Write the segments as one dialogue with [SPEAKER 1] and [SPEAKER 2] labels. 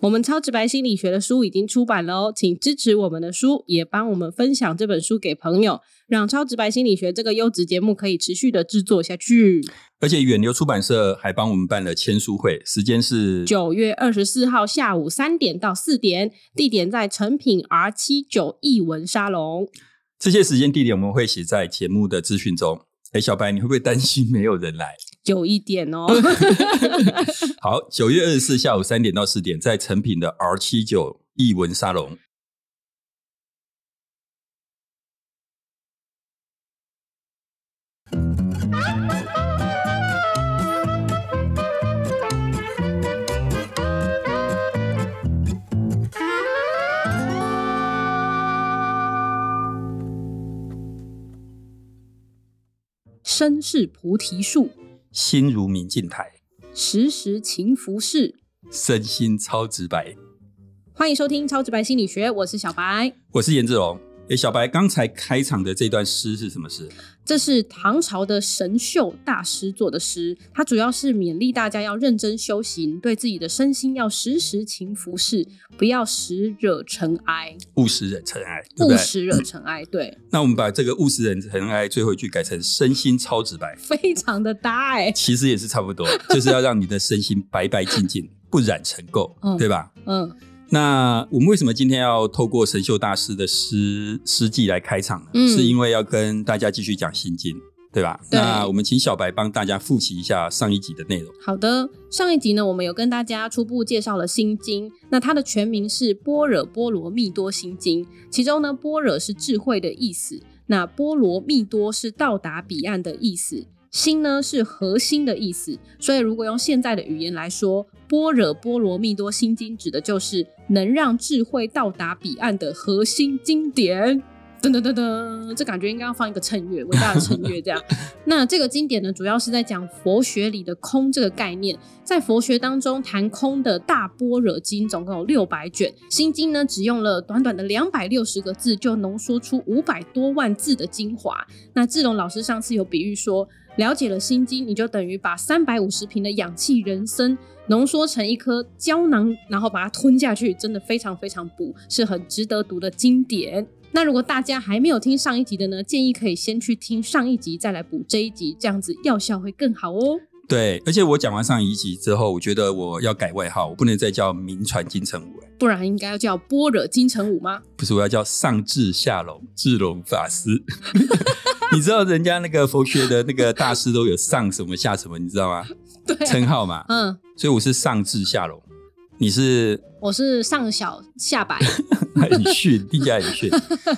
[SPEAKER 1] 我们超直白心理学的书已经出版了哦，请支持我们的书，也帮我们分享这本书给朋友，让超直白心理学这个优质节目可以持续的制作下去。
[SPEAKER 2] 而且远流出版社还帮我们办了签书会，时间是
[SPEAKER 1] 九月二十四号下午三点到四点，地点在成品 R 七九艺文沙龙。
[SPEAKER 2] 这些时间地点我们会写在节目的资讯中。哎，小白，你会不会担心没有人来？
[SPEAKER 1] 有一点哦，
[SPEAKER 2] 好，九月二十四下午三点到四点，在成品的 R 七九艺文沙龙。
[SPEAKER 1] 身是菩提树，
[SPEAKER 2] 心如明镜台，
[SPEAKER 1] 时时勤拂拭。
[SPEAKER 2] 身心超直白。
[SPEAKER 1] 欢迎收听《超直白心理学》，我是小白。
[SPEAKER 2] 我是颜志龙。哎，小白，刚才开场的这段诗是什么诗？
[SPEAKER 1] 这是唐朝的神秀大师做的诗，它主要是勉励大家要认真修行，对自己的身心要时时勤拂拭，不要时惹尘埃，
[SPEAKER 2] 务实惹尘埃，对不
[SPEAKER 1] 勿
[SPEAKER 2] 对？
[SPEAKER 1] 使惹尘埃。对，
[SPEAKER 2] 那我们把这个务实惹尘埃最后一句改成身心超直白，
[SPEAKER 1] 非常的搭哎、
[SPEAKER 2] 其实也是差 不多，就是要让你的身心白白净净，不染尘垢，
[SPEAKER 1] 嗯
[SPEAKER 2] 对吧？
[SPEAKER 1] 嗯
[SPEAKER 2] 那我们为什么今天要透过神秀大师的诗诗记来开场呢？
[SPEAKER 1] 嗯
[SPEAKER 2] 是因为要跟大家继续讲《心经》，对吧？
[SPEAKER 1] 对
[SPEAKER 2] 那我们请小白帮大家复习一下上一集的内容。
[SPEAKER 1] 好的，上一集呢，我们有跟大家初步介绍了《心经》，那它的全名是《般若波罗蜜多心经》，其中呢，般若是智慧的意思，那波罗蜜多是到达彼岸的意思，心呢是核心的意思，所以如果用现在的语言来说，《般若波罗蜜多心经》指的就是能让智慧到达彼岸的核心经典。噔噔噔噔，这感觉应该要放一个衬乐，伟大的衬乐这样。那这个经典呢，主要是在讲佛学里的空这个概念。在佛学当中，谈空的大般若经总共有六百卷，心经呢只用了短短的两百六十个字，就浓缩出五百多万字的精华。那志龙老师上次有比喻说，了解了心经，你就等于把三百五十瓶的氧气人参浓缩成一颗胶囊，然后把它吞下去，真的非常非常补，是很值得读的经典。那如果大家还没有听上一集的呢，建议可以先去听上一集，再来补这一集，这样子药效会更好哦。
[SPEAKER 2] 对，而且我讲完上一集之后，我觉得我要改外号，我不能再叫名传金城武了，哎
[SPEAKER 1] 不然应该要叫般若金城武吗？
[SPEAKER 2] 不是，我要叫上智下龙智龙法师。你知道人家那个佛学的那个大师都有上什么下什么，你知道吗？
[SPEAKER 1] 对啊、
[SPEAKER 2] 称号嘛，
[SPEAKER 1] 嗯，
[SPEAKER 2] 所以我是上智下龙，你是
[SPEAKER 1] 我是上小下白，
[SPEAKER 2] 很逊，听起来很逊。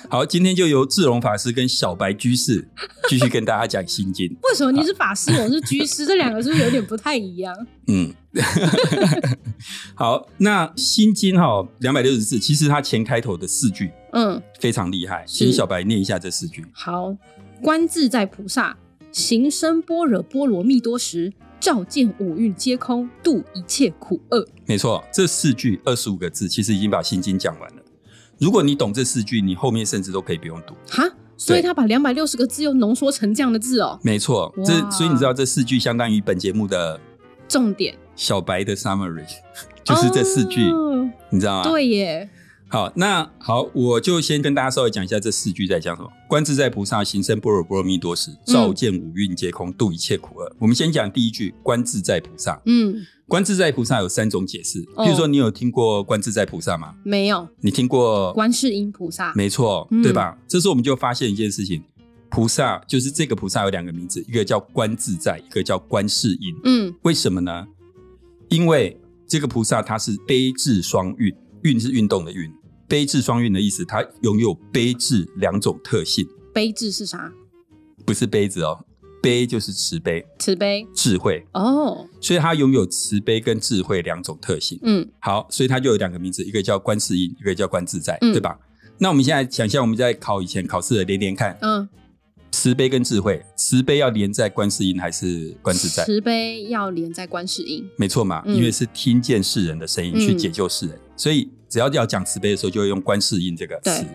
[SPEAKER 2] 好，今天就由智龙法师跟小白居士继续跟大家讲《心经》。
[SPEAKER 1] 为什么你是法师，我是居士，这两个是不是有点不太一样？
[SPEAKER 2] 嗯，好，那《心经》哈，两百六十字，其实它前开头的四句
[SPEAKER 1] 嗯，
[SPEAKER 2] 非常厉害，
[SPEAKER 1] 是
[SPEAKER 2] 请小白念一下这四句。
[SPEAKER 1] 好，观自在菩萨行深般若波罗蜜多时，照见五蕴皆空，度一切苦厄。
[SPEAKER 2] 没错，这四句二十五个字，其实已经把《心经》讲完了。如果你懂这四句，你后面甚至都可以不用读。
[SPEAKER 1] 哈，所以
[SPEAKER 2] 对
[SPEAKER 1] 他把两百六十个字又浓缩成这样的字哦。
[SPEAKER 2] 没错，这
[SPEAKER 1] 哇
[SPEAKER 2] 所以你知道这四句相当于本节目的
[SPEAKER 1] 重点
[SPEAKER 2] 小白的 summary，就是 这四句，
[SPEAKER 1] 哦
[SPEAKER 2] 你知道吗？
[SPEAKER 1] 对耶，
[SPEAKER 2] 好，那好，我就先跟大家稍微讲一下这四句在讲什么。观自在菩萨行深般若波罗蜜多时，照
[SPEAKER 1] 嗯
[SPEAKER 2] 见五蕴皆空，度一切苦厄。我们先讲第一句，观自在菩萨。
[SPEAKER 1] 嗯，
[SPEAKER 2] 观自在菩萨有三种解释，
[SPEAKER 1] 哦
[SPEAKER 2] 譬如说，你有听过观自在菩萨吗？
[SPEAKER 1] 没有
[SPEAKER 2] 你听过？
[SPEAKER 1] 观世音菩萨，
[SPEAKER 2] 没错，
[SPEAKER 1] 嗯
[SPEAKER 2] 对吧？这时候我们就发现一件事情，菩萨就是这个菩萨有两个名字，一个叫观自在，一个叫观世音。
[SPEAKER 1] 嗯
[SPEAKER 2] 为什么呢？因为这个菩萨他是悲智双运，运是运动的运，悲智双运的意思，它拥有悲智两种特性，
[SPEAKER 1] 悲智是啥？
[SPEAKER 2] 不是悲子哦，悲就是慈悲、
[SPEAKER 1] 慈悲
[SPEAKER 2] 智慧，
[SPEAKER 1] 哦，
[SPEAKER 2] 所以它拥有慈悲跟智慧两种特性。
[SPEAKER 1] 嗯
[SPEAKER 2] 好，所以它就有两个名字，一个叫观世音，一个叫观自在，
[SPEAKER 1] 嗯
[SPEAKER 2] 对吧？那我们现在想象我们在考以前考试的连连看，
[SPEAKER 1] 嗯，
[SPEAKER 2] 慈悲跟智慧，慈悲要连在观世音还是观自在？
[SPEAKER 1] 慈悲要连在观世音，
[SPEAKER 2] 没错嘛，
[SPEAKER 1] 嗯
[SPEAKER 2] 因为是听见世人的声音、
[SPEAKER 1] 嗯
[SPEAKER 2] 去解救世人，所以只要要讲慈悲的时候，就会用观世音这个词
[SPEAKER 1] 对。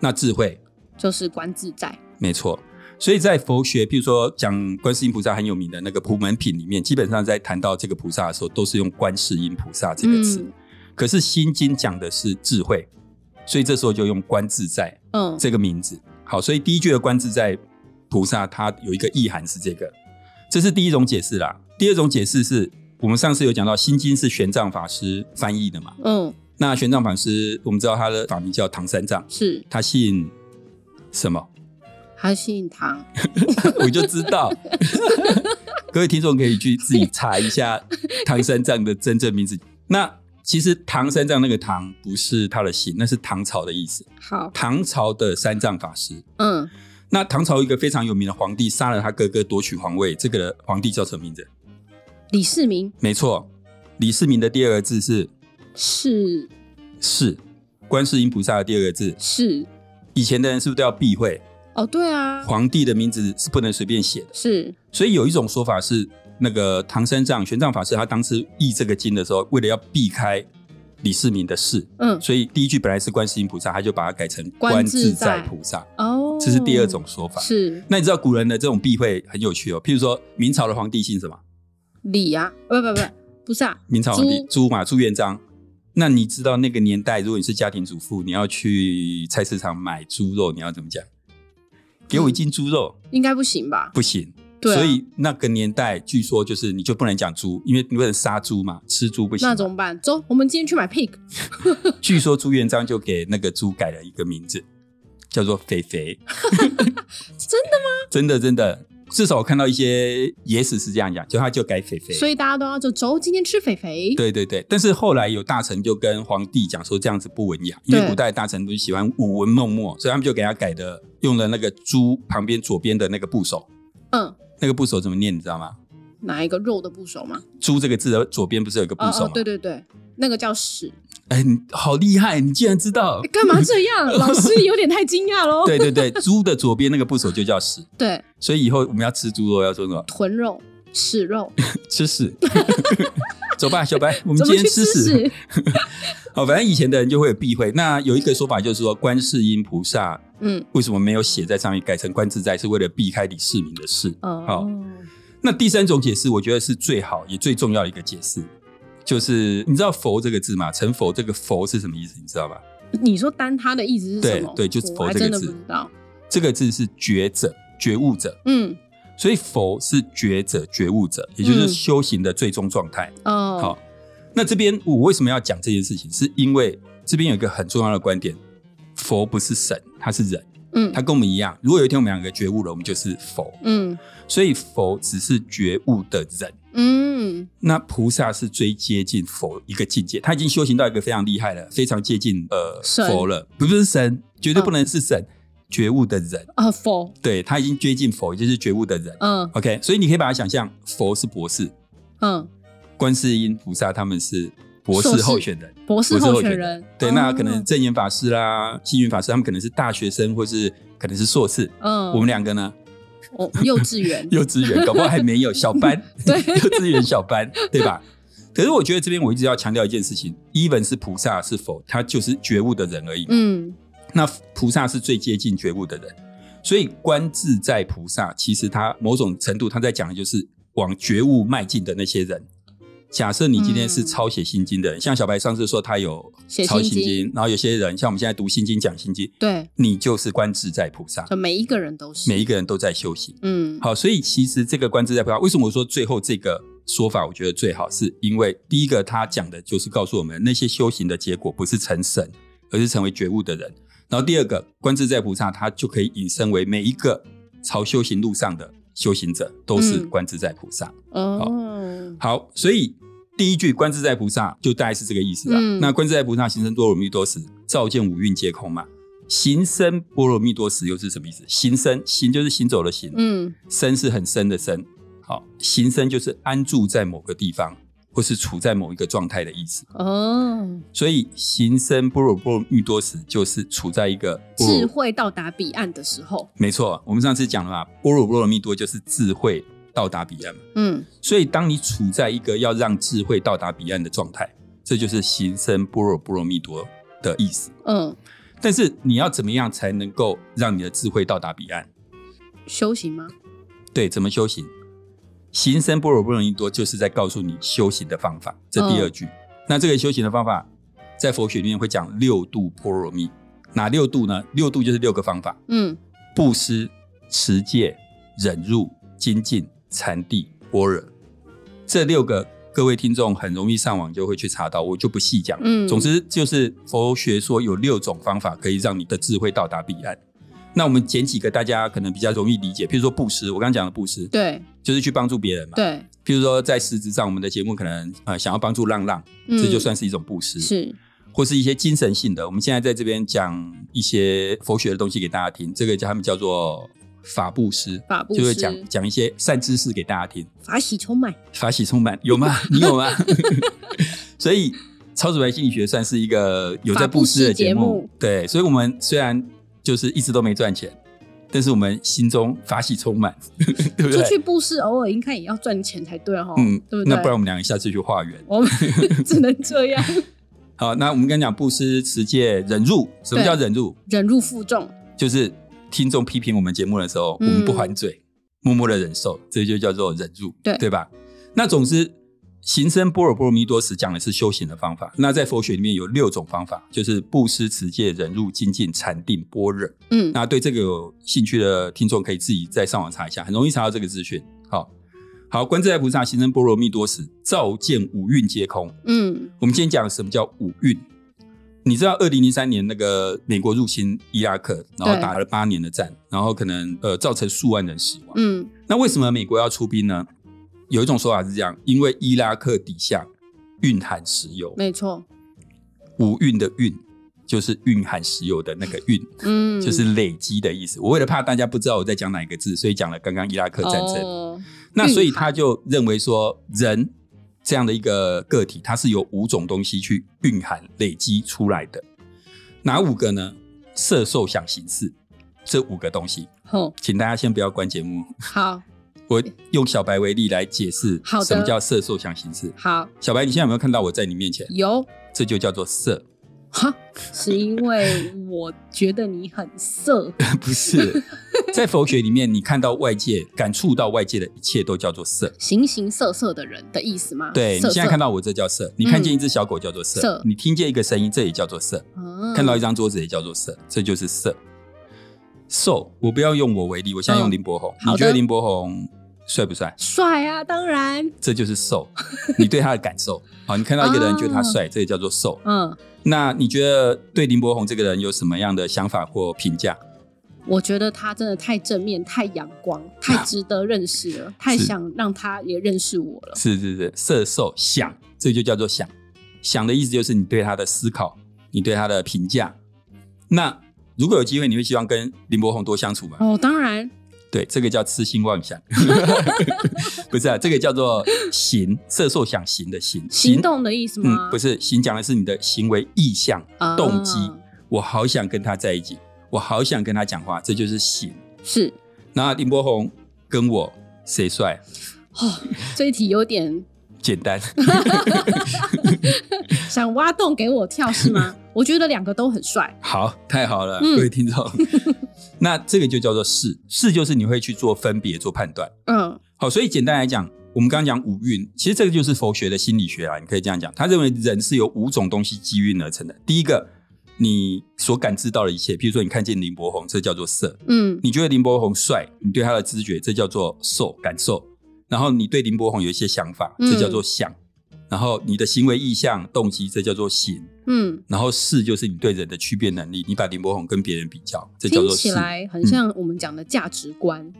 [SPEAKER 2] 那智慧，
[SPEAKER 1] 就是观自在，
[SPEAKER 2] 没错。所以在佛学，譬如说讲观世音菩萨很有名的那个《普门品》里面，基本上在谈到这个菩萨的时候，都是用观世音菩萨这个词。
[SPEAKER 1] 嗯
[SPEAKER 2] 可是《心经》讲的是智慧，所以这时候就用观自在
[SPEAKER 1] 嗯，
[SPEAKER 2] 这个名字。好，所以第一句的观自在菩萨，它有一个意涵是这个，这是第一种解释啦。第二种解释是我们上次有讲到，《心经》是玄奘法师翻译的嘛？
[SPEAKER 1] 嗯，
[SPEAKER 2] 那玄奘法师，我们知道他的法名叫唐三藏，
[SPEAKER 1] 是
[SPEAKER 2] 他姓什么？
[SPEAKER 1] 还姓唐，
[SPEAKER 2] 我就知道。 各位听众可以去自己查一下唐三藏的真正名字。那其实唐三藏那个唐不是他的姓，那是唐朝的意思。
[SPEAKER 1] 好，
[SPEAKER 2] 唐朝的三藏法师。
[SPEAKER 1] 嗯，
[SPEAKER 2] 那唐朝一个非常有名的皇帝杀了他哥哥夺取皇位，这个皇帝叫什么名字？
[SPEAKER 1] 李世民
[SPEAKER 2] 没错，李世民的第二个字是
[SPEAKER 1] 是
[SPEAKER 2] 世，观世音菩萨的第二个字。
[SPEAKER 1] 是
[SPEAKER 2] 以前的人是不是都要避讳？
[SPEAKER 1] 哦，对啊，
[SPEAKER 2] 皇帝的名字是不能随便写的。
[SPEAKER 1] 是
[SPEAKER 2] 所以有一种说法是，那个唐三藏玄奘法师他当时译这个经的时候，为了要避开李世民的事，
[SPEAKER 1] 嗯
[SPEAKER 2] 所以第一句本来是观世音菩萨，他就把它改成
[SPEAKER 1] 观
[SPEAKER 2] 观
[SPEAKER 1] 自
[SPEAKER 2] 自
[SPEAKER 1] 在
[SPEAKER 2] 在菩萨，
[SPEAKER 1] 哦，
[SPEAKER 2] 这是第二种说法。
[SPEAKER 1] 是
[SPEAKER 2] 那你知道古人的这种避讳很有趣哦，譬如说明朝的皇帝姓什么？
[SPEAKER 1] 李啊，不不不，不是啊，
[SPEAKER 2] 明朝皇帝朱嘛朱元璋。那你知道那个年代，如果你是家庭主妇，你要去菜市场买猪肉，你要怎么讲？给我一斤猪肉，
[SPEAKER 1] 应该不行吧？
[SPEAKER 2] 不行，
[SPEAKER 1] 对啊
[SPEAKER 2] 所以那个年代，据说就是你就不能讲猪，因为你不能杀猪嘛，吃猪不行嘛。
[SPEAKER 1] 那怎么办？走，我们今天去买 pig。
[SPEAKER 2] 据说朱元璋就给那个猪改了一个名字，叫做肥肥。
[SPEAKER 1] 真的
[SPEAKER 2] 真的真的，至少我看到一些野史是这样讲，就他就改肥肥。
[SPEAKER 1] 所以大家都要就走，今天吃肥肥。
[SPEAKER 2] 对对对，但是后来有大臣就跟皇帝讲说这样子不文雅，因
[SPEAKER 1] 对
[SPEAKER 2] 为古代大臣都喜欢舞文弄墨，所以他们就给他改的用了那个猪旁边左边的那个部首，
[SPEAKER 1] 嗯，
[SPEAKER 2] 那个部首怎么念你知道吗？
[SPEAKER 1] 哪一个肉的部首吗？
[SPEAKER 2] 猪这个字的左边不是有一个部
[SPEAKER 1] 哦
[SPEAKER 2] 首
[SPEAKER 1] 哦
[SPEAKER 2] 吗，？
[SPEAKER 1] 对对对，那个叫屎。
[SPEAKER 2] 哎，你好厉害，你竟然 知道
[SPEAKER 1] 诶？干嘛这样？ 老师你有点太惊讶喽。
[SPEAKER 2] 哦对对对，猪的左边那个部首就叫屎，
[SPEAKER 1] 对，
[SPEAKER 2] 所以以后我们要吃猪肉要说什么？
[SPEAKER 1] 臀肉、屎肉，
[SPEAKER 2] 吃 屎。 走吧，小白，我们
[SPEAKER 1] 怎么
[SPEAKER 2] 今
[SPEAKER 1] 去
[SPEAKER 2] 天
[SPEAKER 1] 吃
[SPEAKER 2] 吃屎。
[SPEAKER 1] 屎？
[SPEAKER 2] 哦，反正以前的人就会有避讳。那有一个说法就是说，观世音菩萨
[SPEAKER 1] 嗯，
[SPEAKER 2] 为什么没有写在上面，改成观自在，是为了避开李世民的事。好
[SPEAKER 1] 哦，
[SPEAKER 2] 那第三种解释，我觉得是最好也最重要的一个解释，就是你知道“佛”这个字吗？成佛这个“佛”是什么意思？你知道吧？
[SPEAKER 1] 你说单它的意思是什么？
[SPEAKER 2] 对对就是
[SPEAKER 1] 我还
[SPEAKER 2] 佛这
[SPEAKER 1] 真
[SPEAKER 2] 个
[SPEAKER 1] 的不
[SPEAKER 2] 字
[SPEAKER 1] 知道。
[SPEAKER 2] 这个字是觉者、觉悟者。
[SPEAKER 1] 嗯，
[SPEAKER 2] 所以佛是觉者、觉悟者，也就是
[SPEAKER 1] 嗯
[SPEAKER 2] 修行的最终状态。
[SPEAKER 1] 哦，
[SPEAKER 2] 好，那这边我为什么要讲这件事情？是因为这边有一个很重要的观点：佛不是神，他是人，
[SPEAKER 1] 嗯
[SPEAKER 2] 他跟我们一样。如果有一天我们两个觉悟了，我们就是佛。
[SPEAKER 1] 嗯
[SPEAKER 2] 所以佛只是觉悟的人。
[SPEAKER 1] 嗯，
[SPEAKER 2] 那菩萨是最接近佛一个境界，他已经修行到一个非常厉害了，非常接近呃
[SPEAKER 1] 神
[SPEAKER 2] 佛了，不是神，绝对
[SPEAKER 1] 嗯
[SPEAKER 2] 不能是神，觉悟的人，
[SPEAKER 1] 啊佛，
[SPEAKER 2] 对他已经接近佛，也就是觉悟的人。
[SPEAKER 1] 嗯
[SPEAKER 2] OK，所以你可以把它想象，佛是博士，
[SPEAKER 1] 嗯，
[SPEAKER 2] 观世音菩萨他们是博士候选人，
[SPEAKER 1] 博士
[SPEAKER 2] 博士候
[SPEAKER 1] 候选
[SPEAKER 2] 选
[SPEAKER 1] 人。
[SPEAKER 2] 对，那可
[SPEAKER 1] 哦
[SPEAKER 2] 能正言法师啦、星云法师，他们可能是大学生，或是可能是硕士。
[SPEAKER 1] 嗯，
[SPEAKER 2] 我们两个呢，
[SPEAKER 1] 哦幼稚 园
[SPEAKER 2] 幼稚园，搞不好还没有小班，
[SPEAKER 1] 对
[SPEAKER 2] 幼稚园小班，对吧？可是我觉得这边我一直要强调一件事情，even 是菩萨是否他就是觉悟的人而已。
[SPEAKER 1] 嗯
[SPEAKER 2] 那菩萨是最接近觉悟的人，所以观自在菩萨其实他某种程度他在讲的就是往觉悟迈进的那些人。假设你今天是抄写心经的人，像小白上次说他有
[SPEAKER 1] 写
[SPEAKER 2] 抄
[SPEAKER 1] 心
[SPEAKER 2] 心
[SPEAKER 1] 经
[SPEAKER 2] 经，然后有些人像我们现在读心经讲心经，
[SPEAKER 1] 对，
[SPEAKER 2] 你就是观自在菩萨
[SPEAKER 1] 就。每一个人都是
[SPEAKER 2] 每一个人都在修行。
[SPEAKER 1] 嗯
[SPEAKER 2] 好，所以其实这个观自在菩萨，为什么我说最后这个说法我觉得最好，是因为第一个他讲的就是告诉我们那些修行的结果不是成神，而是成为觉悟的人。然后第二个观自在菩萨，他就可以引申为每一个朝修行路上的修行者都是
[SPEAKER 1] 嗯
[SPEAKER 2] 观自在菩萨。
[SPEAKER 1] 哦
[SPEAKER 2] 好，所以第一句观自在菩萨就大概是这个意思啦。
[SPEAKER 1] 嗯
[SPEAKER 2] 那观自在菩萨行深多罗蜜多时，照见五蕴皆空嘛。行深般若蜜多时又是什么意思？行深，行就是行走的行，
[SPEAKER 1] 嗯
[SPEAKER 2] 深是很深的深。好，行深就是安住在某个地方，或是处在某一个状态的意思。
[SPEAKER 1] 哦，
[SPEAKER 2] 所以行深般若波罗蜜多时，就是处在一个般若
[SPEAKER 1] 智慧到达彼岸的时候，
[SPEAKER 2] 没错，我们上次讲了嘛，般若波罗蜜多就是智慧到达彼岸嘛。
[SPEAKER 1] 嗯
[SPEAKER 2] 所以，当你处在一个要让智慧到达彼岸的状态，这就是行深般若波罗蜜多的意思。
[SPEAKER 1] 嗯，
[SPEAKER 2] 但是，你要怎么样才能够让你的智慧到达彼岸？
[SPEAKER 1] 修行吗？
[SPEAKER 2] 对，怎么修行？行深般若波罗蜜多就是在告诉你修行的方法。这第二句。那这个修行的方法在佛学里面会讲六度波罗蜜，哪六度呢？六度就是六个方法：
[SPEAKER 1] 嗯，
[SPEAKER 2] 布施、持戒、忍辱、精进、禅定、般若。这六个，各位听众很容易上网就会去查到，我就不细讲。
[SPEAKER 1] 嗯
[SPEAKER 2] 总之就是佛学说有六种方法可以让你的智慧到达彼岸。那我们捡几个大家可能比较容易理解，譬如说布施，我刚刚讲的布施，
[SPEAKER 1] 对
[SPEAKER 2] 就是去帮助别人嘛。
[SPEAKER 1] 对，
[SPEAKER 2] 譬如说在实质上，我们的节目可能呃想要帮助浪浪，
[SPEAKER 1] 嗯
[SPEAKER 2] 这就算是一种布施。
[SPEAKER 1] 是，
[SPEAKER 2] 或是一些精神性的。我们现在在这边讲一些佛学的东西给大家听，这个叫他们叫做法布施，
[SPEAKER 1] 法布
[SPEAKER 2] 就是
[SPEAKER 1] 施
[SPEAKER 2] 讲讲一些善知识给大家听。
[SPEAKER 1] 法喜充满，
[SPEAKER 2] 法喜充 满有吗？ 你有吗？所以超直白心理学算是一个有在布施的节目，
[SPEAKER 1] 法布施节目
[SPEAKER 2] 对。所以我们虽然就是一直都没赚钱，但是我们心中法喜充满， 对不
[SPEAKER 1] 出
[SPEAKER 2] 对？
[SPEAKER 1] 去布施偶尔应该也要赚钱才对哈，
[SPEAKER 2] 嗯，
[SPEAKER 1] 对不对？
[SPEAKER 2] 那不然我们两个下次去化缘。
[SPEAKER 1] 我们 只能这样，
[SPEAKER 2] 好，那我们刚讲布施、持戒、忍辱，什么
[SPEAKER 1] 对
[SPEAKER 2] 叫忍辱？
[SPEAKER 1] 忍辱负重，
[SPEAKER 2] 就是听众批评我们节目的时候，
[SPEAKER 1] 嗯
[SPEAKER 2] 我们不还嘴，默默的忍受，这就叫做忍辱，
[SPEAKER 1] 对
[SPEAKER 2] 吧？那总之，行深般若波罗蜜多时讲的是修行的方法。那在佛学里面有六种方法，就是布施、持戒、忍辱、精进、禅定、般若。
[SPEAKER 1] 嗯，
[SPEAKER 2] 那对这个有兴趣的听众，可以自己再上网查一下，很容易查到这个资讯。好，好，观自在菩萨行深般若蜜多时，照见五蕴皆空。
[SPEAKER 1] 嗯，
[SPEAKER 2] 我们今天讲什么叫五运。你知道，二零零三年那个美国入侵伊拉克，然后
[SPEAKER 1] 对
[SPEAKER 2] 打了八年的战，然后可能呃造成数万人死亡。
[SPEAKER 1] 嗯，
[SPEAKER 2] 那为什么美国要出兵呢？有一种说法是这样，因为伊拉克底下蕴含石油，
[SPEAKER 1] 没错，
[SPEAKER 2] 五运的运就是蕴含石油的那个运，
[SPEAKER 1] 嗯，
[SPEAKER 2] 就是累积的意思。我为了怕大家不知道我在讲哪一个字，所以讲了刚刚伊拉克战争。
[SPEAKER 1] 哦
[SPEAKER 2] 那所以
[SPEAKER 1] 蕴含
[SPEAKER 2] 他就认为说，人这样的一个个体，它是由五种东西去蕴含、累积出来的。哪五个呢？色、受、想、行、识这五个东西，
[SPEAKER 1] 吼，
[SPEAKER 2] 请大家先不要关节目。
[SPEAKER 1] 好
[SPEAKER 2] 我用小白为例来解释
[SPEAKER 1] 好的
[SPEAKER 2] 什么叫色、受、想、行、识。
[SPEAKER 1] 好
[SPEAKER 2] 小白，你现在有没有看到我在你面前？
[SPEAKER 1] 有
[SPEAKER 2] 这就叫做色，
[SPEAKER 1] 哈，是因为我觉得你很色，
[SPEAKER 2] 不是在佛学里面，你看到外界、感触到外界的一切都叫做色。
[SPEAKER 1] 形形色色的人的意思吗？
[SPEAKER 2] 对
[SPEAKER 1] 色嗯
[SPEAKER 2] 你现在看到我这叫色，你看见一只小狗叫做色，
[SPEAKER 1] 色
[SPEAKER 2] 你听见一个声音这也叫做色，
[SPEAKER 1] 嗯
[SPEAKER 2] 看到一张桌子也叫做色，这就是色。瘦，我不要用我为例，我现在
[SPEAKER 1] 嗯
[SPEAKER 2] 用林柏宏，
[SPEAKER 1] 好的
[SPEAKER 2] 你觉得林柏宏帅不帅？
[SPEAKER 1] 帅啊，当然，
[SPEAKER 2] 这就是瘦， 你对他的感受。好，你看到一个人
[SPEAKER 1] 啊
[SPEAKER 2] 觉得他帅，这也叫做瘦。
[SPEAKER 1] 嗯，
[SPEAKER 2] 那你觉得对林柏宏这个人有什么样的想法或评价？
[SPEAKER 1] 我觉得他真的太正面、太阳光、
[SPEAKER 2] 啊
[SPEAKER 1] 太值得认识了，太想让他也认识我了。
[SPEAKER 2] 是是是，色受想，这就叫做想。想的意思就是你对他的思考，你对他的评价。那如果有机会，你会希望跟林柏宏多相处吗？
[SPEAKER 1] 哦，当然，
[SPEAKER 2] 对，这个叫痴心妄想， 不是啊，这个叫做行，色受想行的行，
[SPEAKER 1] 行动的意思吗？
[SPEAKER 2] 嗯，不是行，讲的是你的行为意向、
[SPEAKER 1] 啊
[SPEAKER 2] 动机。我好想跟他在一起，我好想跟他讲话，这就是行。
[SPEAKER 1] 是
[SPEAKER 2] 那林柏宏跟我谁帅？
[SPEAKER 1] 哦，这一题有点
[SPEAKER 2] 简单，
[SPEAKER 1] 想挖洞给我跳是 吗？我觉得两个都很帅，
[SPEAKER 2] 好，太好了，
[SPEAKER 1] 嗯
[SPEAKER 2] 各位听众。 那这个就叫做是，是就是你会去做分别、做判断。
[SPEAKER 1] 嗯
[SPEAKER 2] 好，所以简单来讲，我们刚刚讲五蕴，其实这个就是佛学的心理学啊，你可以这样讲。他认为人是由五种东西机运而成的。第一个，你所感知到的一切，比如说你看见林柏宏，这叫做色；
[SPEAKER 1] 嗯
[SPEAKER 2] 你觉得林柏宏帅，你对他的知觉，这叫做受感受。然后你对林柏宏有一些想法，
[SPEAKER 1] 嗯
[SPEAKER 2] 这叫做想。然后你的行为意向、动机，这叫做行。
[SPEAKER 1] 嗯，
[SPEAKER 2] 然后是就是你对人的区别能力，你把林柏宏跟别人比较，这叫
[SPEAKER 1] 听
[SPEAKER 2] 做
[SPEAKER 1] 起
[SPEAKER 2] 是。
[SPEAKER 1] 来很像我们讲的价值观。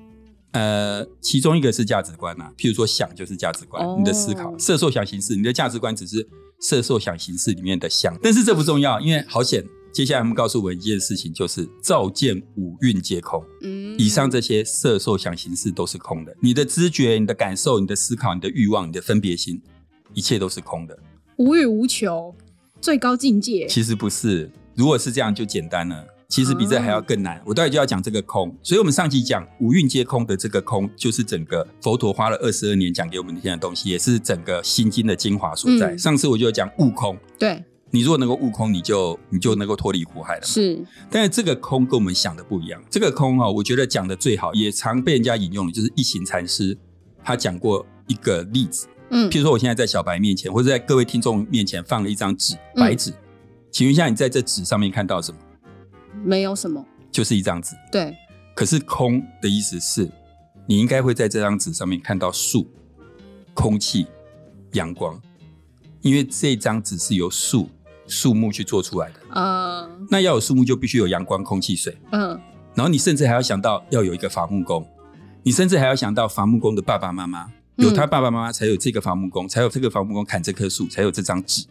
[SPEAKER 2] 呃，其中一个是价值观啊，譬如说想就是价值观，
[SPEAKER 1] 哦
[SPEAKER 2] 你的思考，色受想行识，你的价值观只是色受想行识里面的想，但是这不重要，因为好险，接下来他们告诉我一件事情，就是照见五蕴皆空，
[SPEAKER 1] 嗯，
[SPEAKER 2] 以上这些色受想行识都是空的，你的知觉、你的感受、你的思考、你的欲望、你的分别心，一切都是空的。
[SPEAKER 1] 无欲无求，最高境界。
[SPEAKER 2] 其实不是，如果是这样就简单了。其实比这还要更
[SPEAKER 1] 啊
[SPEAKER 2] 难。我待会就要讲这个空，所以我们上期讲五蕴皆空的这个空，就是整个佛陀花了二十二年讲给我们听的东西，也是整个心经的精华所在。
[SPEAKER 1] 嗯
[SPEAKER 2] 上次我就有讲悟空，
[SPEAKER 1] 对，
[SPEAKER 2] 你如果能够悟空，你就你就能够脱离苦海了嘛。
[SPEAKER 1] 是
[SPEAKER 2] 但是这个空跟我们想的不一样。这个空哦，我觉得讲的最好，也常被人家引用的，就是一行禅师他讲过一个例子，
[SPEAKER 1] 嗯
[SPEAKER 2] 譬如说，我现在在小白面前，或者在各位听众面前放了一张纸，
[SPEAKER 1] 嗯
[SPEAKER 2] 白纸，请问一下，你在这纸上面看到什么？
[SPEAKER 1] 没有什么。
[SPEAKER 2] 就是一张纸。
[SPEAKER 1] 对，
[SPEAKER 2] 可是空的意思是，你应该会在这张纸上面看到树、空气、阳光，因为这张纸是由树树木去做出来的。
[SPEAKER 1] 呃，
[SPEAKER 2] 那要有树木，就必须有阳光、空气、水。
[SPEAKER 1] 嗯，
[SPEAKER 2] 然后你甚至还要想到要有一个伐木工，你甚至还要想到伐木工的爸爸妈妈，有他爸爸妈妈才有这个伐木工，才有这个伐木工砍这棵树，才有这张纸。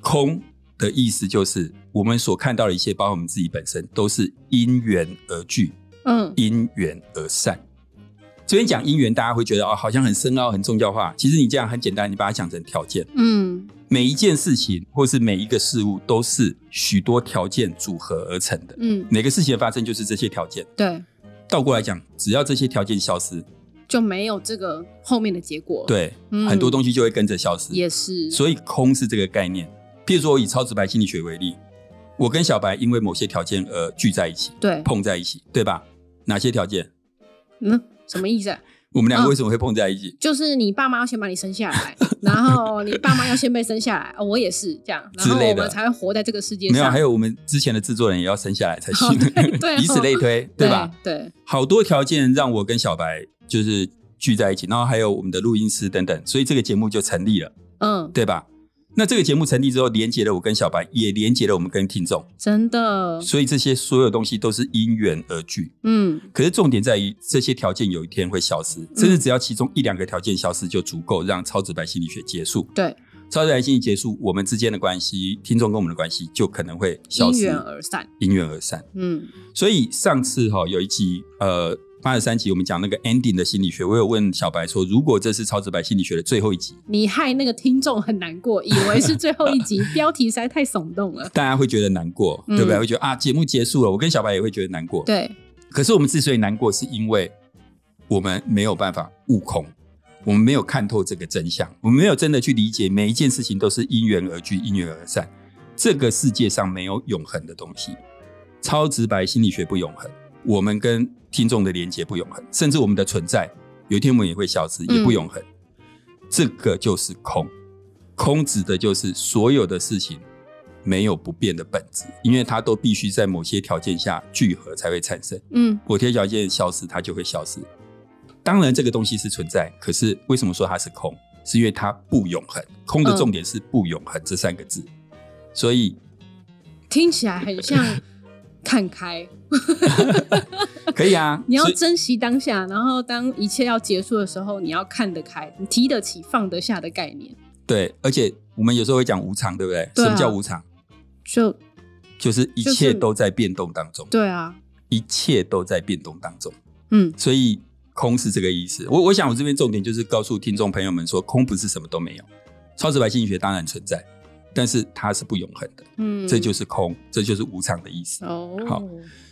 [SPEAKER 2] 空的意思就是我们所看到的一切，包括我们自己本身，都是因缘而聚，
[SPEAKER 1] 嗯，
[SPEAKER 2] 因缘而散。这边讲因缘，大家会觉得哦，好像很深奥、很重要化。其实你这样很简单，你把它讲成条件。
[SPEAKER 1] 嗯，
[SPEAKER 2] 每一件事情或是每一个事物，都是许多条件组合而成的。
[SPEAKER 1] 嗯，
[SPEAKER 2] 每个事情的发生就是这些条件。
[SPEAKER 1] 对，
[SPEAKER 2] 倒过来讲，只要这些条件消失，
[SPEAKER 1] 就没有这个后面的结果。，
[SPEAKER 2] 对，
[SPEAKER 1] 嗯
[SPEAKER 2] 很多东西就会跟着消失。
[SPEAKER 1] 也是，
[SPEAKER 2] 所以空是这个概念。譬如说，我以超直白心理学为例，我跟小白因为某些条件而聚在一起，
[SPEAKER 1] 对，
[SPEAKER 2] 碰在一起，对吧？哪些条件？
[SPEAKER 1] 嗯，什么意思、啊？
[SPEAKER 2] 我们两个
[SPEAKER 1] 嗯
[SPEAKER 2] 为什么会碰在一起？
[SPEAKER 1] 就是你爸妈要先把你生下 来，然后你爸妈要先被生下来，哦、我也是这样，然
[SPEAKER 2] 之
[SPEAKER 1] 后
[SPEAKER 2] 类
[SPEAKER 1] 我
[SPEAKER 2] 的
[SPEAKER 1] 们才会活在这个世界上。
[SPEAKER 2] 没有，还有我们之前的制作人也要生下来才行，
[SPEAKER 1] 哦 对对哦
[SPEAKER 2] 以此类推，
[SPEAKER 1] 对
[SPEAKER 2] 对吧？？
[SPEAKER 1] 对，
[SPEAKER 2] 好多条件让我跟小白就是聚在一起，然后还有我们的录音师等等，所以这个节目就成立了，
[SPEAKER 1] 嗯，
[SPEAKER 2] 对吧？那这个节目成立之后，连接了我跟小白，也连接了我们跟听众，
[SPEAKER 1] 真的，
[SPEAKER 2] 所以这些所有东西都是因缘而聚。
[SPEAKER 1] 嗯
[SPEAKER 2] 可是重点在于，这些条件有一天会消失，甚至只要其中一两个条件消失，就足够让超直白心理学结束。
[SPEAKER 1] 对，
[SPEAKER 2] 超直白心理结束，我们之间的关系，听众跟我们的关系就可能会消
[SPEAKER 1] 因
[SPEAKER 2] 失，
[SPEAKER 1] 缘而散。
[SPEAKER 2] 因缘而散。
[SPEAKER 1] 嗯
[SPEAKER 2] 所以上次哈、有一集呃八十三集，我们讲那个 ending 的心理学，我有问小白说，如果这是超直白心理学的最后一集，
[SPEAKER 1] 你害那个听众很难过，以为是最后一 集，标题实在太耸动了。
[SPEAKER 2] 大家会觉得难过，
[SPEAKER 1] 嗯
[SPEAKER 2] 对不对？会觉得啊，节目结束了，我跟小白也会觉得难过。
[SPEAKER 1] 对，
[SPEAKER 2] 可是我们之所以难过，是因为我们没有办法悟空，我们没有看透这个真相，我们没有真的去理解每一件事情都是因缘而聚，因缘而散。这个世界上没有永恒的东西，超直白心理学不永恒，我们跟听众的连接不永恒，甚至我们的存在，有一天我们也会消失，也不永恒。这个就是空，空指的就是所有的事情没有不变的本质，因为它都必须在某些条件下聚合才会产生。
[SPEAKER 1] 嗯
[SPEAKER 2] 某些条件消失，它就会消失。当然，这个东西是存在，可是为什么说它是空？是因为它不永恒。空的
[SPEAKER 1] 嗯
[SPEAKER 2] 重点是不永恒这三个字，所以
[SPEAKER 1] 听起来很 像看开，。
[SPEAKER 2] 可以啊
[SPEAKER 1] 呃你要
[SPEAKER 2] 所以
[SPEAKER 1] 珍惜当下，然后当一切要结束的时候，你要看得开，你提得起放得下的概念，
[SPEAKER 2] 对，而且我们有时候会讲无常，对不对？
[SPEAKER 1] 对啊
[SPEAKER 2] 什么叫无常？
[SPEAKER 1] 就
[SPEAKER 2] 就是一
[SPEAKER 1] 就是
[SPEAKER 2] 切都在变动当中，
[SPEAKER 1] 对啊，
[SPEAKER 2] 一切都在变动当中。
[SPEAKER 1] 嗯
[SPEAKER 2] 所以空是这个意思。我我想我这边重点就是告诉听众朋友们说，空不是什么都没有。超直白心理学当然存在，但是它是不永恒的，
[SPEAKER 1] 嗯，
[SPEAKER 2] 这就是空，这就是无常的意思。
[SPEAKER 1] 哦，
[SPEAKER 2] 好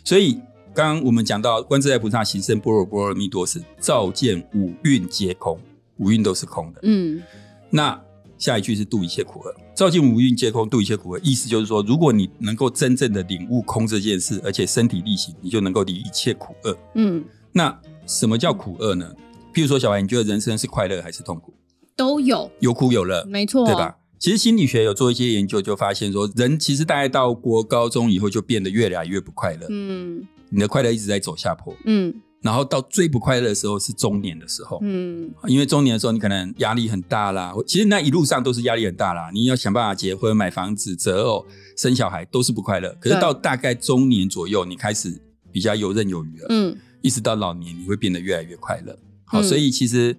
[SPEAKER 2] 所以刚刚我们讲到观自在菩萨行深般若波罗蜜多时，照见五蕴皆空，五蕴都是空的。
[SPEAKER 1] 嗯
[SPEAKER 2] 那下一句是度一切苦厄，照见五蕴皆空，度一切苦厄。意思就是说，如果你能够真正的领悟空这件事，而且身体力行，你就能够离一切苦厄。
[SPEAKER 1] 嗯，
[SPEAKER 2] 那什么叫苦厄呢？譬如说，小白，你觉得人生是快乐还是痛苦？
[SPEAKER 1] 都有，
[SPEAKER 2] 有苦有乐，
[SPEAKER 1] 没错，
[SPEAKER 2] 对吧？？其实心理学有做一些研究，就发现说，人其实大概到国高中以后，就变得越来越不快乐，
[SPEAKER 1] 嗯
[SPEAKER 2] 你的快乐一直在走下坡。
[SPEAKER 1] 嗯
[SPEAKER 2] 然后到最不快乐的时候是中年的时候，
[SPEAKER 1] 嗯
[SPEAKER 2] 因为中年的时候你可能压力很大啦，其实那一路上都是压力很大啦，你要想办法结婚、买房子、择偶、生小孩都是不快乐。可是
[SPEAKER 1] 对
[SPEAKER 2] 到大概中年左右，你开始比较游刃有余了，
[SPEAKER 1] 嗯
[SPEAKER 2] 一直到老年你会变得越来越快乐。好，
[SPEAKER 1] 嗯
[SPEAKER 2] 所以其实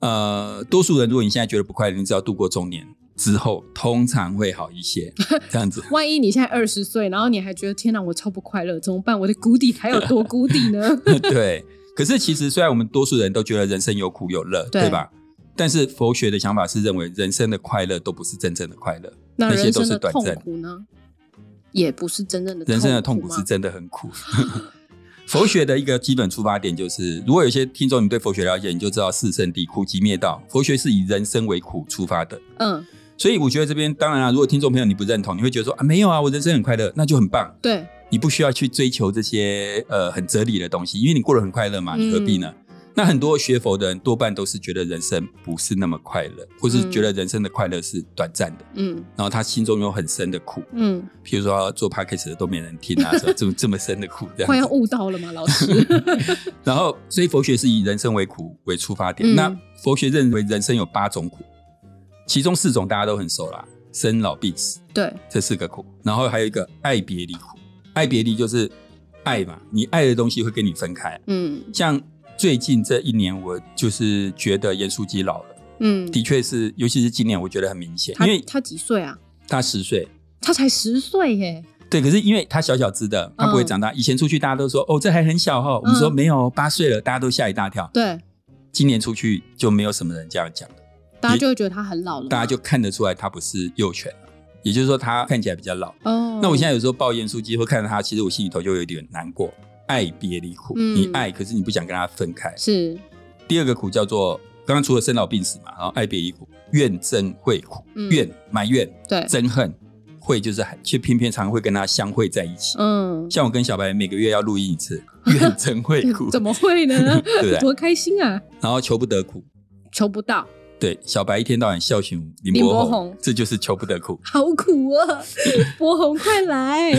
[SPEAKER 2] 呃，多数人如果你现在觉得不快乐，你只要度过中年之后，通常会好一些，这样子。
[SPEAKER 1] 万一你现在二十岁，然后你还觉得天哪，我超不快乐，怎么办？我的谷底还有多谷底呢？
[SPEAKER 2] 对，可是其实虽然我们多数人都觉得人生有苦有乐，
[SPEAKER 1] 对
[SPEAKER 2] 对吧？但是佛学的想法是认为人生的快乐都不是真正的快乐，
[SPEAKER 1] 那
[SPEAKER 2] 那些
[SPEAKER 1] 人
[SPEAKER 2] 都
[SPEAKER 1] 生
[SPEAKER 2] 是
[SPEAKER 1] 的
[SPEAKER 2] 短
[SPEAKER 1] 痛
[SPEAKER 2] 暂
[SPEAKER 1] 苦呢，也不是真正的
[SPEAKER 2] 人生的痛
[SPEAKER 1] 痛
[SPEAKER 2] 苦
[SPEAKER 1] 吗
[SPEAKER 2] 是真的很苦。 佛学的一个基本出发点就是，如果有些听众你对佛学了解，你就知道四圣谛、苦集灭道。佛学是以人生为苦出发的，
[SPEAKER 1] 嗯，
[SPEAKER 2] 所以我觉得这边当然啊，如果听众朋友你不认同，你会觉得说啊没有啊，我人生很快乐，那就很棒。
[SPEAKER 1] 对，
[SPEAKER 2] 你不需要去追求这些呃很哲理的东西，因为你过得很快乐嘛，你何必呢？那很多学佛的人多半都是觉得人生不是那么快乐，或是觉得人生的快乐是短暂的，
[SPEAKER 1] 嗯
[SPEAKER 2] 然后他心中有很深的苦，
[SPEAKER 1] 嗯，
[SPEAKER 2] 譬如说做 podcast 的都没人听啊，这么这么深的苦这
[SPEAKER 1] 快
[SPEAKER 2] 样
[SPEAKER 1] 要
[SPEAKER 2] 子。
[SPEAKER 1] 悟到了吗，老 师？
[SPEAKER 2] 然后，所以佛学是以人生为苦为出发点。
[SPEAKER 1] 嗯
[SPEAKER 2] 那佛学认为人生有八种苦，其中四种大家都很熟啦，生老病死
[SPEAKER 1] 对，
[SPEAKER 2] 这四个苦，然后还有一个爱别离苦。爱别离就是爱嘛，你爱的东西会跟你分开。
[SPEAKER 1] 嗯
[SPEAKER 2] 像最近这一年，我就是觉得严书记老了，
[SPEAKER 1] 嗯，
[SPEAKER 2] 的确是，尤其是今年，我觉得很明显，
[SPEAKER 1] 他
[SPEAKER 2] 因为
[SPEAKER 1] 他几岁啊？
[SPEAKER 2] 他十岁，
[SPEAKER 1] 他才十岁耶，
[SPEAKER 2] 对，可是因为他小小只的，他不会长大。以前出去大家都说哦，这还很小哈、哦，我们说
[SPEAKER 1] 嗯
[SPEAKER 2] 没有，八岁了，大家都吓一大跳。
[SPEAKER 1] 对，
[SPEAKER 2] 今年出去就没有什么人这样讲了，
[SPEAKER 1] 大家就会觉得他很老了嘛，
[SPEAKER 2] 大家就看得出来他不是幼犬了，也就是说他看起来比较老。
[SPEAKER 1] 哦，
[SPEAKER 2] 那我现在有时候抱严书记会看着他，其实我心里头就有一点难过，爱别离苦，
[SPEAKER 1] 嗯
[SPEAKER 2] 你爱可是你不想跟他分开。
[SPEAKER 1] 是
[SPEAKER 2] 第二个苦叫做刚刚除了生老病死嘛，然后爱别离苦，怨憎会苦，
[SPEAKER 1] 嗯
[SPEAKER 2] 怨埋怨、
[SPEAKER 1] 对，
[SPEAKER 2] 憎恨，会就是却偏偏常会跟他相会在一起。
[SPEAKER 1] 嗯，
[SPEAKER 2] 像我跟小白每个月要录音一次， 怨憎会 苦，
[SPEAKER 1] 怎么会呢
[SPEAKER 2] 对 不？对
[SPEAKER 1] 多开心啊！
[SPEAKER 2] 然后求不得苦，
[SPEAKER 1] 求不到，
[SPEAKER 2] 对，小白一天到晚孝训林
[SPEAKER 1] 林
[SPEAKER 2] 柏
[SPEAKER 1] 柏
[SPEAKER 2] 宏
[SPEAKER 1] 宏，
[SPEAKER 2] 这就是求不得苦。
[SPEAKER 1] 好苦 啊！博红，快来！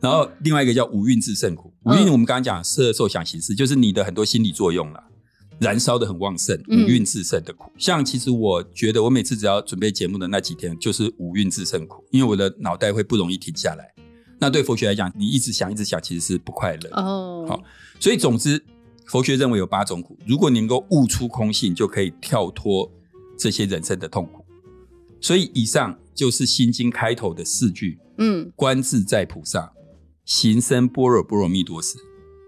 [SPEAKER 2] 然后另外一个叫五蕴自胜苦，五蕴
[SPEAKER 1] 嗯
[SPEAKER 2] 我们刚刚讲色受想行识，就是你的很多心理作用啦，燃烧的很旺盛，五
[SPEAKER 1] 嗯
[SPEAKER 2] 蕴自胜的苦。像其实我觉得我每次只要准备节目的那几天，就是五蕴自胜苦，因为我的脑袋会不容易停下来。那对佛学来讲，你一直想一直想，其实是不快乐。
[SPEAKER 1] 哦，
[SPEAKER 2] 好所以总之，佛学认为有八种苦，如果你能够悟出空性，就可以跳脱这些人生的痛苦。所以以上就是《心经》开头的四句：
[SPEAKER 1] 嗯
[SPEAKER 2] 观自在菩萨，行深般若波罗蜜多时，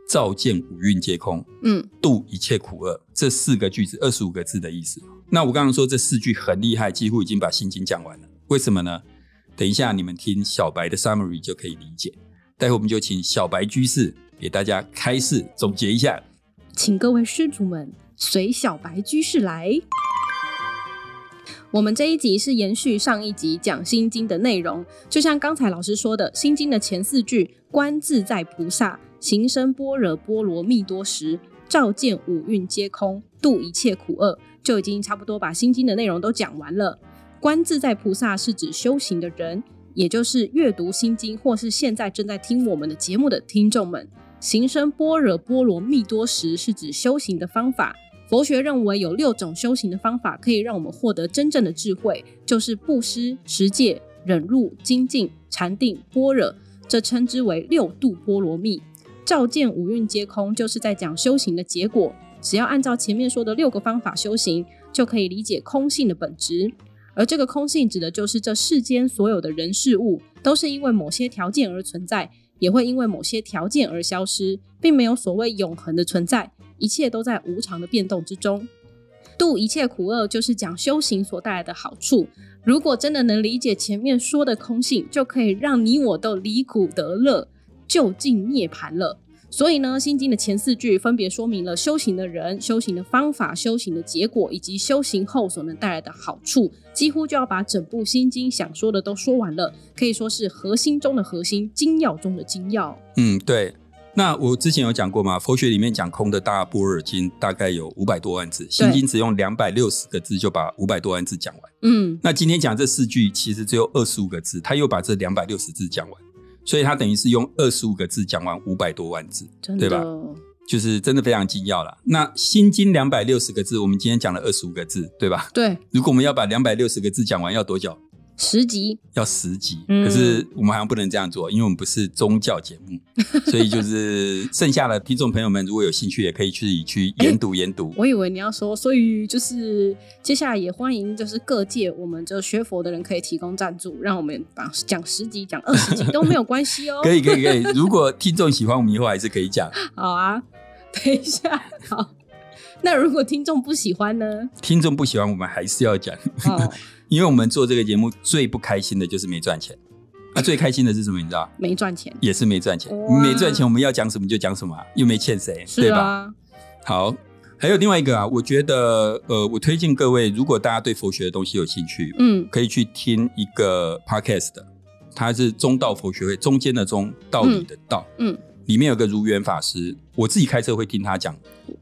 [SPEAKER 2] 照见五蕴皆空，
[SPEAKER 1] 嗯
[SPEAKER 2] 度一切苦厄。这四个句子，二十五个字的意思。那我刚刚说这四句很厉害，几乎已经把《心经》讲完了。为什么呢？等一下你们听小白的 summary 就可以理解。待会我们就请小白居士给大家开示总结一下。
[SPEAKER 1] 请各位施主们随小白居士来。我们这一集是延续上一集讲《心经》的内容，就像刚才老师说的，《心经》的前四句“观自在菩萨，行深般若波罗蜜多时，照见五蕴皆空，度一切苦厄”，就已经差不多把《心经》的内容都讲完了。观自在菩萨是指修行的人，也就是阅读《心经》或是现在正在听我们的节目的听众们。行深般若波罗蜜多时，是指修行的方法。佛学认为有六种修行的方法可以让我们获得真正的智慧，就是布施、持戒、忍辱、精进、禅定、般若，这称之为六度波罗蜜。照见五蕴皆空，就是在讲修行的结果。只要按照前面说的六个方法修行，就可以理解空性的本质。而这个空性指的就是这世间所有的人事物都是因为某些条件而存在，也会因为某些条件而消失，并没有所谓永恒的存在，一切都在无常的变动之中。度一切苦厄，就是讲修行所带来的好处。如果真的能理解前面说的空性，就可以让你我都离苦得乐，就近涅槃了。所以呢，《心经》的前四句分别说明了修行的人、修行的方法、修行的结果，以及修行后所能带来的好处，几乎就要把整部《心经》想说的都说完了，可以说是核心中的核心，精要中的精要。
[SPEAKER 2] 嗯，对。那我之前有讲过嘛，佛学里面讲空的大般若经大概有五百多万字，心经只用两百六十个字就把五百多万字讲完。
[SPEAKER 1] 嗯
[SPEAKER 2] 那今天讲这四句其实只有二十五个字，他又把这两百六十字讲完，所以他等于是用二十五个字讲完五百多万字，，
[SPEAKER 1] 真
[SPEAKER 2] 对吧
[SPEAKER 1] 的，
[SPEAKER 2] 就是真的非常精要了。那《心经》两百六十个字，我们今天讲了二十五个字，对吧？
[SPEAKER 1] 对，
[SPEAKER 2] 如果我们要把两百六十个字讲完，要多久？
[SPEAKER 1] 十集，
[SPEAKER 2] 要十集。
[SPEAKER 1] 嗯
[SPEAKER 2] 可是我们好像不能这样做，因为我们不是宗教节目， 所以就是剩下的听众朋友们，如果有兴趣，也可以去去研读研读。
[SPEAKER 1] 我以为你要说，所以就是接下来也欢迎，就是各界我们就学佛的人可以提供赞助，让我们把讲十集、讲二十集都没有关系 哦。
[SPEAKER 2] 可以可以可以，如果听众喜欢，我们以后还是可以讲。
[SPEAKER 1] 好啊， 等一下，好。那如果听众不喜欢呢？
[SPEAKER 2] 听众不喜欢，我们还是要讲。
[SPEAKER 1] 哦，
[SPEAKER 2] 因为我们做这个节目最不开心的就是没赚钱，啊，最开心的是什么？你知道？
[SPEAKER 1] 没赚钱，
[SPEAKER 2] 也是没赚钱
[SPEAKER 1] 哇，
[SPEAKER 2] 没赚钱，我们要讲什么就讲什么啊、又没欠谁，
[SPEAKER 1] 是
[SPEAKER 2] 对吧？
[SPEAKER 1] 啊，
[SPEAKER 2] 好，还有另外一个啊，我觉得呃，我推荐各位，如果大家对佛学的东西有兴趣，
[SPEAKER 1] 嗯
[SPEAKER 2] 可以去听一个 podcast，它是中道佛学会，中间的中，道理的道，
[SPEAKER 1] 嗯
[SPEAKER 2] 里面有个如源法师，我自己开车会听他讲，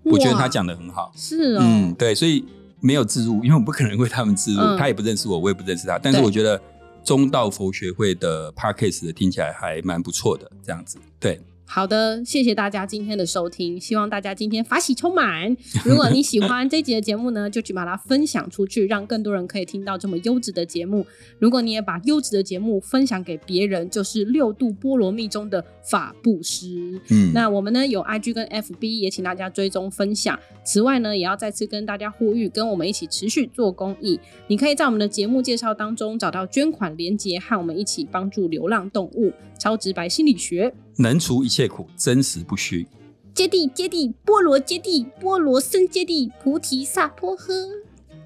[SPEAKER 2] 我觉得他讲的很好。
[SPEAKER 1] 是哦，
[SPEAKER 2] 嗯，对，所以没有自入，因为我不可能为他们自入，
[SPEAKER 1] 嗯
[SPEAKER 2] 他也不认识我，我也不认识他。但是
[SPEAKER 1] 对
[SPEAKER 2] 我觉得中道佛学会的 podcast 的听起来还蛮不错的，这样子。对，
[SPEAKER 1] 好的，谢谢大家今天的收听，希望大家今天法喜充满。如果你喜欢这集的节目呢， 就去把它分享出去，让更多人可以听到这么优质的节目。如果你也把优质的节目分享给别人，就是六度波罗蜜中的法布施。
[SPEAKER 2] 嗯，
[SPEAKER 1] 那我们呢有 IG 跟 FB，也请大家追踪分享。此外呢，也要再次跟大家呼吁，跟我们一起持续做公益。你可以在我们的节目介绍当中找到捐款连结，和我们一起帮助流浪动物。超直白心理学，
[SPEAKER 2] 能除一切苦，真实不虚。
[SPEAKER 1] 接地接地，波罗接地，波罗僧接地，菩提萨婆诃，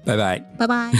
[SPEAKER 2] 拜拜。
[SPEAKER 1] 拜拜。